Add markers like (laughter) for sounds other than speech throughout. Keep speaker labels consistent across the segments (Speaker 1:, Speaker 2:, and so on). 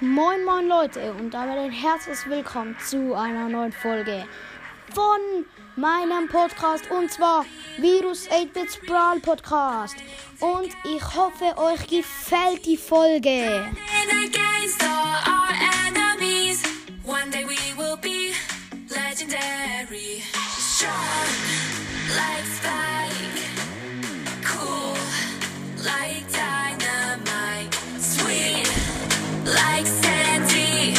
Speaker 1: Moin, moin Leute und damit ein herzliches Willkommen zu einer neuen Folge von meinem Podcast und zwar Virus 8-Bits Brawl Podcast. Und ich hoffe, euch gefällt die Folge.
Speaker 2: And against all our enemies, one day we will be legendary. Strong like Spike, cool like dynamite, sweet like Sandy.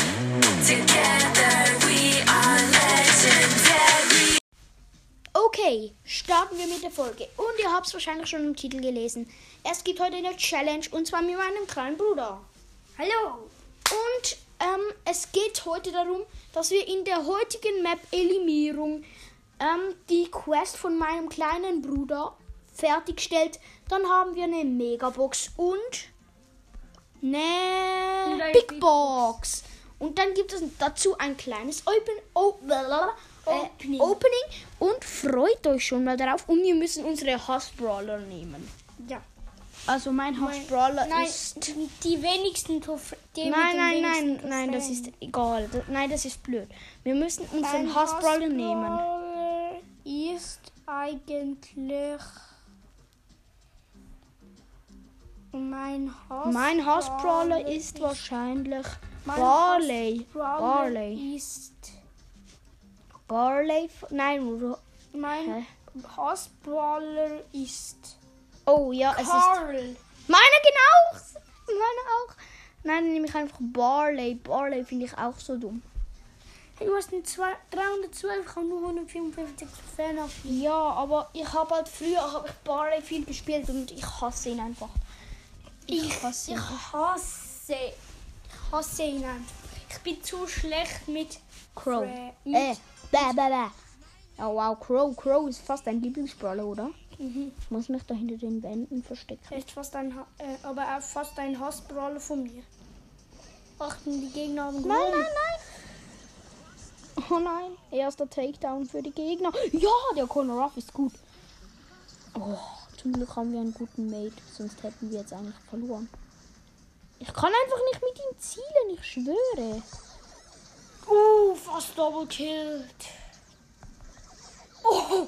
Speaker 2: Together we are legendary.
Speaker 1: Okay, starten wir mit der Folge. Und ihr habt es wahrscheinlich schon im Titel gelesen. Es gibt heute eine Challenge und zwar mit meinem kleinen Bruder.
Speaker 3: Hallo.
Speaker 1: Und ähm, es geht heute darum, dass wir in der heutigen Map Eliminierung ähm, die Quest von meinem kleinen Bruder fertigstellt. Dann haben wir eine Megabox und
Speaker 3: Und
Speaker 1: eine
Speaker 3: eine
Speaker 1: Big
Speaker 3: Big
Speaker 1: Box. Und dann gibt es dazu ein kleines Open, oh, blablabla,
Speaker 3: Opening.
Speaker 1: Äh, Opening. Und freut euch schon mal darauf. Und wir müssen unsere Hassbrawler nehmen.
Speaker 3: Ja.
Speaker 1: Also mein Hassbrawler
Speaker 3: Nein,
Speaker 1: ist...
Speaker 3: die wenigsten Trophäen.
Speaker 1: Nein, nein, nein, nein, das ist egal. Das, nein, das ist blöd. Wir müssen unseren Hassbrawler nehmen.
Speaker 3: Ist eigentlich mein Hassbrawler.
Speaker 1: Mein Hassbrawler ist wahrscheinlich
Speaker 3: Mein
Speaker 1: Barley.
Speaker 3: Hassbrawler
Speaker 1: Barley.
Speaker 3: Ist
Speaker 1: Barley. Nein, Ro-
Speaker 3: mein Hassbrawler ist
Speaker 1: oh ja, es ist.
Speaker 3: Carl.
Speaker 1: Meine genau! Meine auch. Nein, dann nehme ich einfach Barley. Barley finde ich auch so dumm.
Speaker 3: Du hast einen zwei- 312, ich habe nur 154 Trophäen auf
Speaker 1: Ja, aber ich habe halt früher hab ich Barley viel gespielt und ich hasse ihn einfach. Ich hasse ihn.
Speaker 3: Ich hasse. Ich hasse ihn einfach. Ich bin zu schlecht mit
Speaker 1: Crow.
Speaker 3: Fra-
Speaker 1: Äh,
Speaker 3: mit-
Speaker 1: bäh, bäh, bäh. Oh wow, Crow, Crow ist fast dein Lieblingsbrawler, oder?
Speaker 3: Mhm.
Speaker 1: Ich muss mich da hinter den Wänden verstecken.
Speaker 3: Er ist fast ein, Ha- äh, aber auch fast ein Hassbrawler von mir. Achten die Gegner haben
Speaker 1: Nein,
Speaker 3: gewonnen.
Speaker 1: nein, nein. Oh nein, erster Takedown für die Gegner. Ja, der Conor Ruff ist gut. Oh, zum Glück haben wir einen guten Mate, sonst hätten wir jetzt eigentlich verloren. Ich kann einfach nicht mit ihm zielen, ich schwöre.
Speaker 3: Uh, fast double killed. Oh,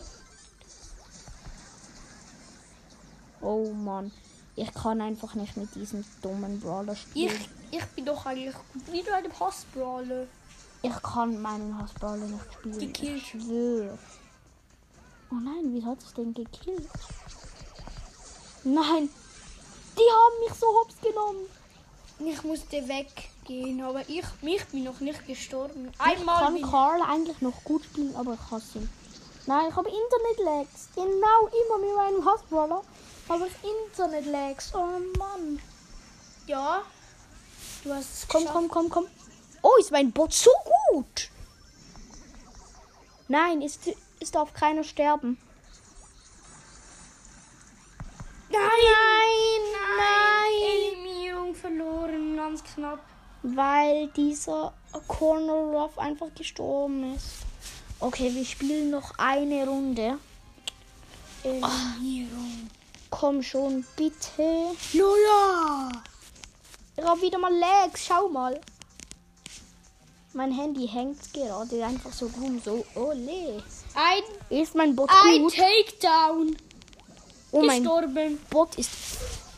Speaker 1: Oh Mann, ich kann einfach nicht mit diesem dummen Brawler spielen.
Speaker 3: ich, ich bin doch eigentlich gut wie du einem Hassbrawler.
Speaker 1: Ich kann meinen Hassbrawler nicht spielen.
Speaker 3: Gekillt.
Speaker 1: Ich schwör. Oh nein, wie hat es denn gekillt? Nein! Die haben mich so hops genommen!
Speaker 3: Ich musste weggehen, aber ich, ich bin noch nicht gestorben. Einmal
Speaker 1: ich
Speaker 3: bin
Speaker 1: kann Karl eigentlich noch gut spielen, aber ich hasse ihn. Nein, ich habe Internet-Lags. Genau immer mit meinem Hassbrawler habe ich Internet-Lags. Oh Mann.
Speaker 3: Ja. Du hast es
Speaker 1: Komm,
Speaker 3: geschafft.
Speaker 1: komm, komm, komm. Oh, ist mein Bot so gut. Nein, es, es darf keiner sterben.
Speaker 3: Nein,
Speaker 1: Nein, nein.
Speaker 3: Eliminierung verloren, ganz knapp.
Speaker 1: Weil dieser Corner Ruff einfach gestorben ist. Okay, wir spielen noch eine Runde.
Speaker 3: Eliminierung.
Speaker 1: Komm schon, bitte.
Speaker 3: Lola!
Speaker 1: Ich hab wieder mal Lags, schau mal. Mein Handy hängt gerade einfach so rum, so. Ole.
Speaker 3: Ein,
Speaker 1: Ist mein Bot
Speaker 3: ein
Speaker 1: gut?
Speaker 3: Takedown.
Speaker 1: Oh mein
Speaker 3: Gestorben.
Speaker 1: Bot ist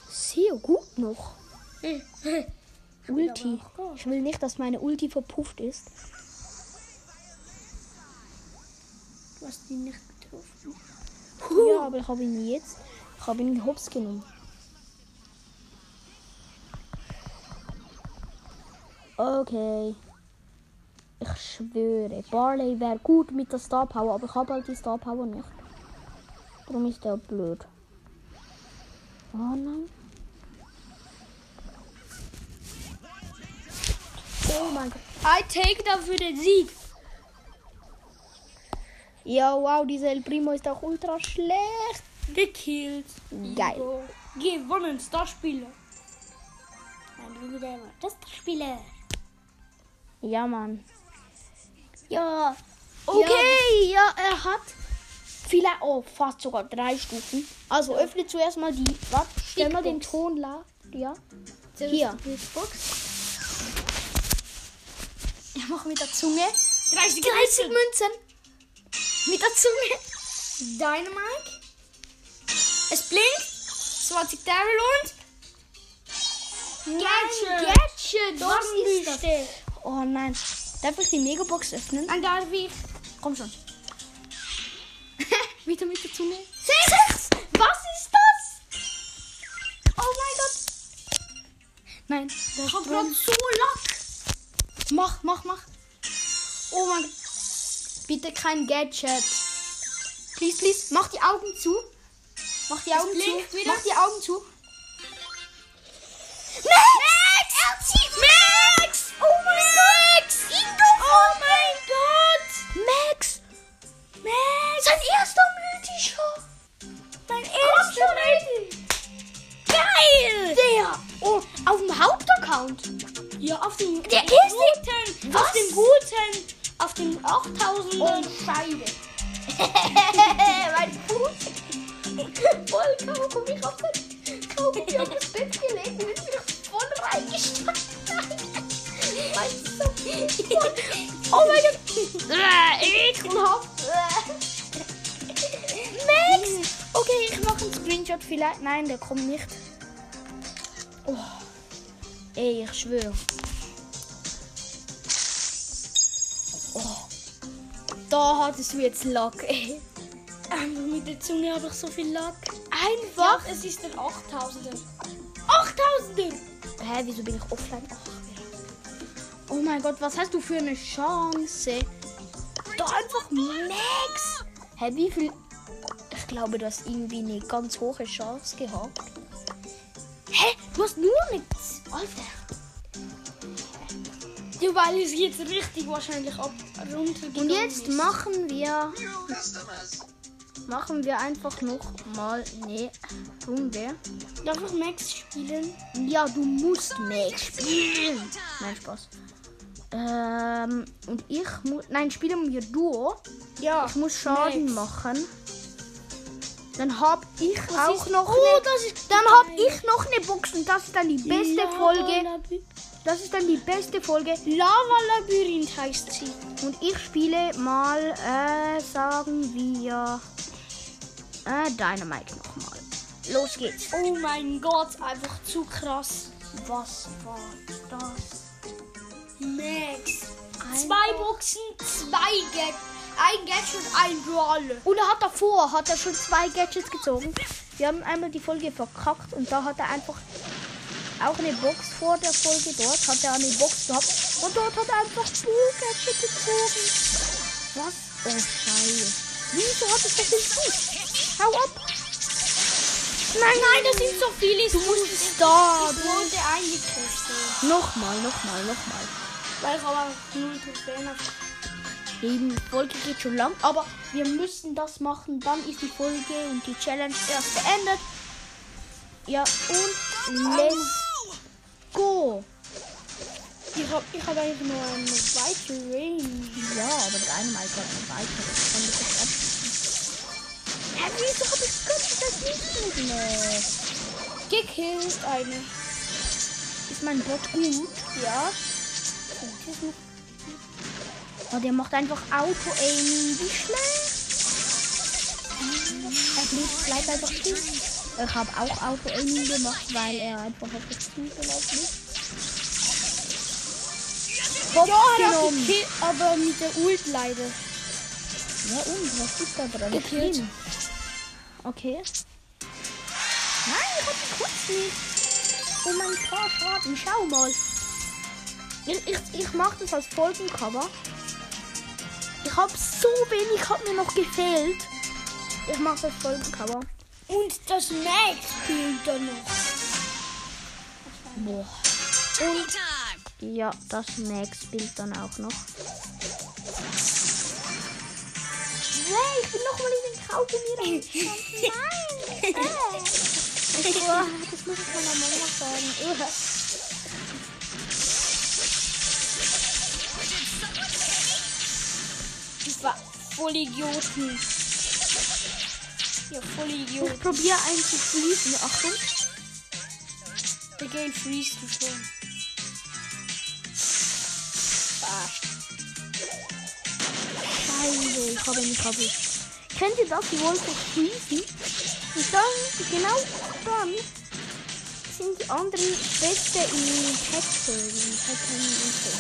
Speaker 1: sehr gut noch. Äh, Ulti.
Speaker 3: aber-
Speaker 1: Ich will nicht, dass meine Ulti verpufft ist.
Speaker 3: Du hast ihn nicht getroffen.
Speaker 1: Ja, aber ich habe ihn jetzt. Ich habe ihn hops genommen. Okay. Ich schwöre, Barley wäre gut mit der Star Power, aber ich habe halt die Star Power nicht. Darum ist der blöd. Oh nein. Oh mein Gott.
Speaker 3: Ein Takedown für den Sieg.
Speaker 1: Ja, wow, dieser El Primo ist auch ultra schlecht.
Speaker 3: Gekillt.
Speaker 1: Geil.
Speaker 3: Oh, Gewonnen, Starspieler. Mein Bruder war das Starspieler.
Speaker 1: Ja, Mann.
Speaker 3: Ja.
Speaker 1: Okay, ja, er hat vielleicht, oh, fast sogar drei Stufen. Also öffne zuerst mal die, warte, stell mal den (laughs)
Speaker 3: Box.
Speaker 1: Ton la, ja.
Speaker 3: Hier.
Speaker 1: Hier.
Speaker 3: Box.
Speaker 1: noch mit der Zunge.
Speaker 3: 30
Speaker 1: 30 Münzen. Mit der Zunge.
Speaker 3: Dynamite. Es blinkt. 20 Daryl und.
Speaker 1: Gadget.
Speaker 3: Gadget.
Speaker 1: Gadget. Was ist das?
Speaker 3: Bombenstich.
Speaker 1: Oh nein. Darf ich die Megabox öffnen?
Speaker 3: Dann darf ich.
Speaker 1: Komm (laughs) schon. Wieder mit der Zunge.
Speaker 3: Sechs!
Speaker 1: Was ist das? Oh mein Gott. Nein, da ist
Speaker 3: Ich hab
Speaker 1: drin.
Speaker 3: grad so Lack.
Speaker 1: Mach, mach, mach. Oh mein Gott. Bitte kein Gadget. Please, please. Mach die Augen zu. Mach die Augen
Speaker 3: blinkt
Speaker 1: zu.
Speaker 3: wieder.
Speaker 1: Mach die Augen zu. Max! Max! Max! Oh mein Max! Gott! oh mein Gott! Max! Max! Sein erster Mythischer! Mein erster Geil! Der! Oh, auf dem Hauptaccount!
Speaker 3: Ja, auf den.
Speaker 1: Der
Speaker 3: den
Speaker 1: erste-
Speaker 3: Guten,
Speaker 1: Was?
Speaker 3: Auf den guten. Auf den 8000.
Speaker 1: Oh,
Speaker 3: Scheibe.
Speaker 1: (laughs) mein Fuß. Voll Kaugummi auf das Kaugummi auf das Bett gelegt und ist wieder voll (laughs) reingestanden. Weißt du, so voll- Oh mein Gott. Äh, Ekelhaft. Äh. (laughs) Max. Okay, ich mache einen Screenshot vielleicht. Nein, der kommt nicht. Oh. Ey, ich schwöre. Oh. Da hattest du jetzt Lock, ey. (laughs)
Speaker 3: Einfach mit der Zunge habe ich so viel Lack.
Speaker 1: Einfach.
Speaker 3: es ist der 8000er. 8000er!
Speaker 1: Hä, wieso bin ich offline? Ach, wieder. oh mein Gott, was hast du für eine Chance? Da einfach Max. Hä, wie viel? Ich glaube, du hast irgendwie eine ganz hohe Chance gehabt. Hä, du hast nur nichts. Alter.
Speaker 3: Ja, weil es jetzt richtig wahrscheinlich ab runtergegangen
Speaker 1: Und jetzt
Speaker 3: ist.
Speaker 1: machen wir. Machen wir einfach noch mal eine Runde.
Speaker 3: Darf ich Max spielen?
Speaker 1: Ja, du musst Max spielen. Nein, Spaß. Ähm, und ich muss. Nein, spielen wir Duo.
Speaker 3: Ja.
Speaker 1: Ich muss Schaden
Speaker 3: Max.
Speaker 1: machen. Dann hab ich
Speaker 3: Was
Speaker 1: auch
Speaker 3: ist-
Speaker 1: noch.
Speaker 3: Oh,
Speaker 1: ne-
Speaker 3: das ist
Speaker 1: dann hab
Speaker 3: geil.
Speaker 1: ich noch eine Box und das ist dann die beste Folge. Das ist dann die beste Folge.
Speaker 3: Lava Labyrinth heißt sie.
Speaker 1: Und ich spiele mal, äh, sagen wir, äh, Dynamite nochmal. Los geht's.
Speaker 3: Oh mein Gott, einfach zu krass.
Speaker 1: Was war das?
Speaker 3: Max. Zwei
Speaker 1: Zwei
Speaker 3: Boxen, zwei Gadgets. Ein Gadget, ein Brawler.
Speaker 1: Und er hat davor, hat er schon zwei Gadgets gezogen. Wir haben einmal die Folge verkackt und da hat er einfach auch eine Box vor der Folge dort, hat er eine Box gehabt und dort hat er einfach Bull Gadget gezogen. Was? Oh Scheiße. Wieso hat es das denn zu? Hau ab! Nein, nein, das sind so viele. Du musst es da.
Speaker 3: Ich wollte eigentlich verstehen.
Speaker 1: Nochmal, nochmal, nochmal.
Speaker 3: Weil ich aber null Trophäen habe.
Speaker 1: Eben, die Folge geht schon lang, aber wir müssen das machen. Dann ist die Folge und die Challenge erst beendet. Ja, und let's go.
Speaker 3: Ich habe ich hab eigentlich nur eine weite Range.
Speaker 1: Ja, aber der eine Mal kommt noch weiter. Das kann ich jetzt ab- Hä, wieso hab ich Gott, das nicht gemacht?
Speaker 3: Gekillt eine.
Speaker 1: Ist mein Bot gut?
Speaker 3: Ja.
Speaker 1: Oh, der macht einfach Auto-Aim. Wie schlecht. Er bleibt, bleibt einfach stehen. Ich habe auch Auto-Aim gemacht, weil er einfach auf das Ziel gelaufen ist. Bob
Speaker 3: Ja, er hat
Speaker 1: genommen.
Speaker 3: gekillt, aber mit der Ult leider.
Speaker 1: Ja, und? Was ist da dran?
Speaker 3: Gekillt.
Speaker 1: Drin. Okay. Nein, ich hab die Kunst nicht. Oh mein paar Schaden, schau mal. Ich, ich, ich mach das als Folgencover. Ich hab so wenig, hat mir noch gefehlt. Ich mach das als Folgencover.
Speaker 3: Und das Max spielt dann noch.
Speaker 1: Boah.
Speaker 2: Turkey time.
Speaker 1: Ja, das Max-Bild dann auch noch. Hey, ich bin nochmal in den Kaugummi reingestanden. (laughs) Nein! Äh. Boah, das muss ich meiner Mama sagen. Uah.
Speaker 3: Ich war voll Idioten. Ja, voll Idioten.
Speaker 1: Ich probiere einen zu fließen. Achtung.
Speaker 3: Der Game freest du schon. Ah.
Speaker 1: ich habe ihn, ich habe ihn. Kennt ihr das? Die Wolke schießen. Und dann, genau dann, sind die anderen Beste in Hexen. In Hexen und so.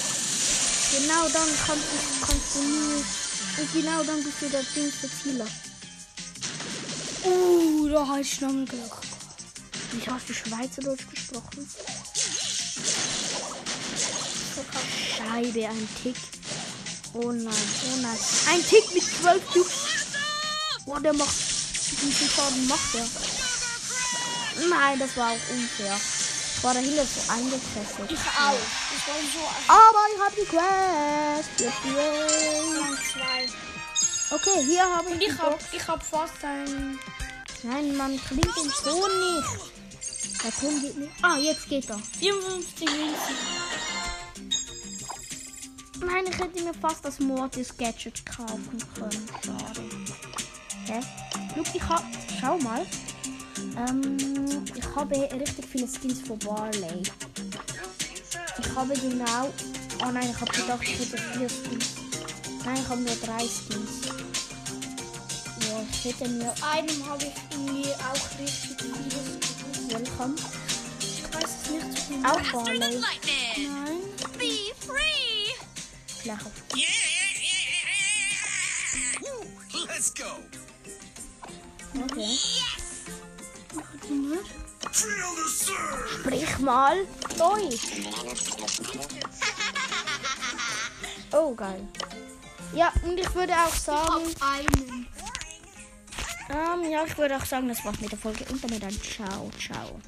Speaker 1: Genau dann kannst du, kannst du nie. Und genau dann bist du der dümmste Zieler.
Speaker 3: Oh, da habe ich noch Glück.
Speaker 1: Wieso hast du Schweizerdeutsch gesprochen? Scheibe, ein Tick. Oh nein, oh nein. Ein Tick mit 12 Cubes. Boah, der macht. Wie viel Schaden macht er? Nein, das war auch unfair. Ich war dahinter so
Speaker 3: Ich
Speaker 1: eingefesselt.
Speaker 3: auch. Ich wollte so
Speaker 1: Aber ich hab die Quest. Yippie.
Speaker 3: ein, zwei.
Speaker 1: Okay, hier habe ich
Speaker 3: Und
Speaker 1: die
Speaker 3: ich
Speaker 1: Box.
Speaker 3: hab, ich hab fast ein.
Speaker 1: Nein, man klingt den Ton nicht. Der Ton geht nicht. Ah, jetzt geht er.
Speaker 3: 54 Münzen.
Speaker 1: Nein, ich hätte mir fast das Mortis Gadget kaufen können. Schade. Hä? Look, ich hab. Schau mal. Ähm, ich habe richtig viele Skins von Barley. Ich habe genau. Oh nein, ich habe gedacht, ich hätte vier Skins. Nein, ich habe nur drei Skins. Ja, ich hätte mir.
Speaker 3: Einem habe ich irgendwie auch richtig vieles gegeben.
Speaker 1: Welcome.
Speaker 3: Ich weiß es nicht so genau.
Speaker 1: Auch
Speaker 2: Faster than
Speaker 1: Barley.
Speaker 2: lightning.
Speaker 3: Nein.
Speaker 2: Be free.
Speaker 1: Vielleicht auf
Speaker 2: Yeah.
Speaker 4: Let's go.
Speaker 1: Okay.
Speaker 3: Warte mal.
Speaker 4: Feel the surge.
Speaker 1: Sprich mal Deutsch. Oh, geil. Ja, und ich würde auch sagen,
Speaker 3: Auf einen.
Speaker 1: ähm, ja, ich würde auch sagen, das war's mit der Folge und damit ein Ciao, Ciao.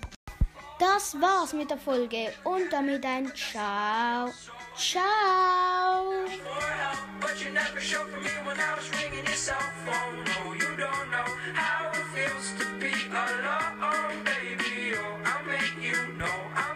Speaker 1: Das war's mit der Folge und damit ein Ciao, Ciao.
Speaker 5: But you never showed for me when I was ringing your cell phone. No, you don't know how it feels to be alone, baby. Oh, I'll Oh, make you know. I'll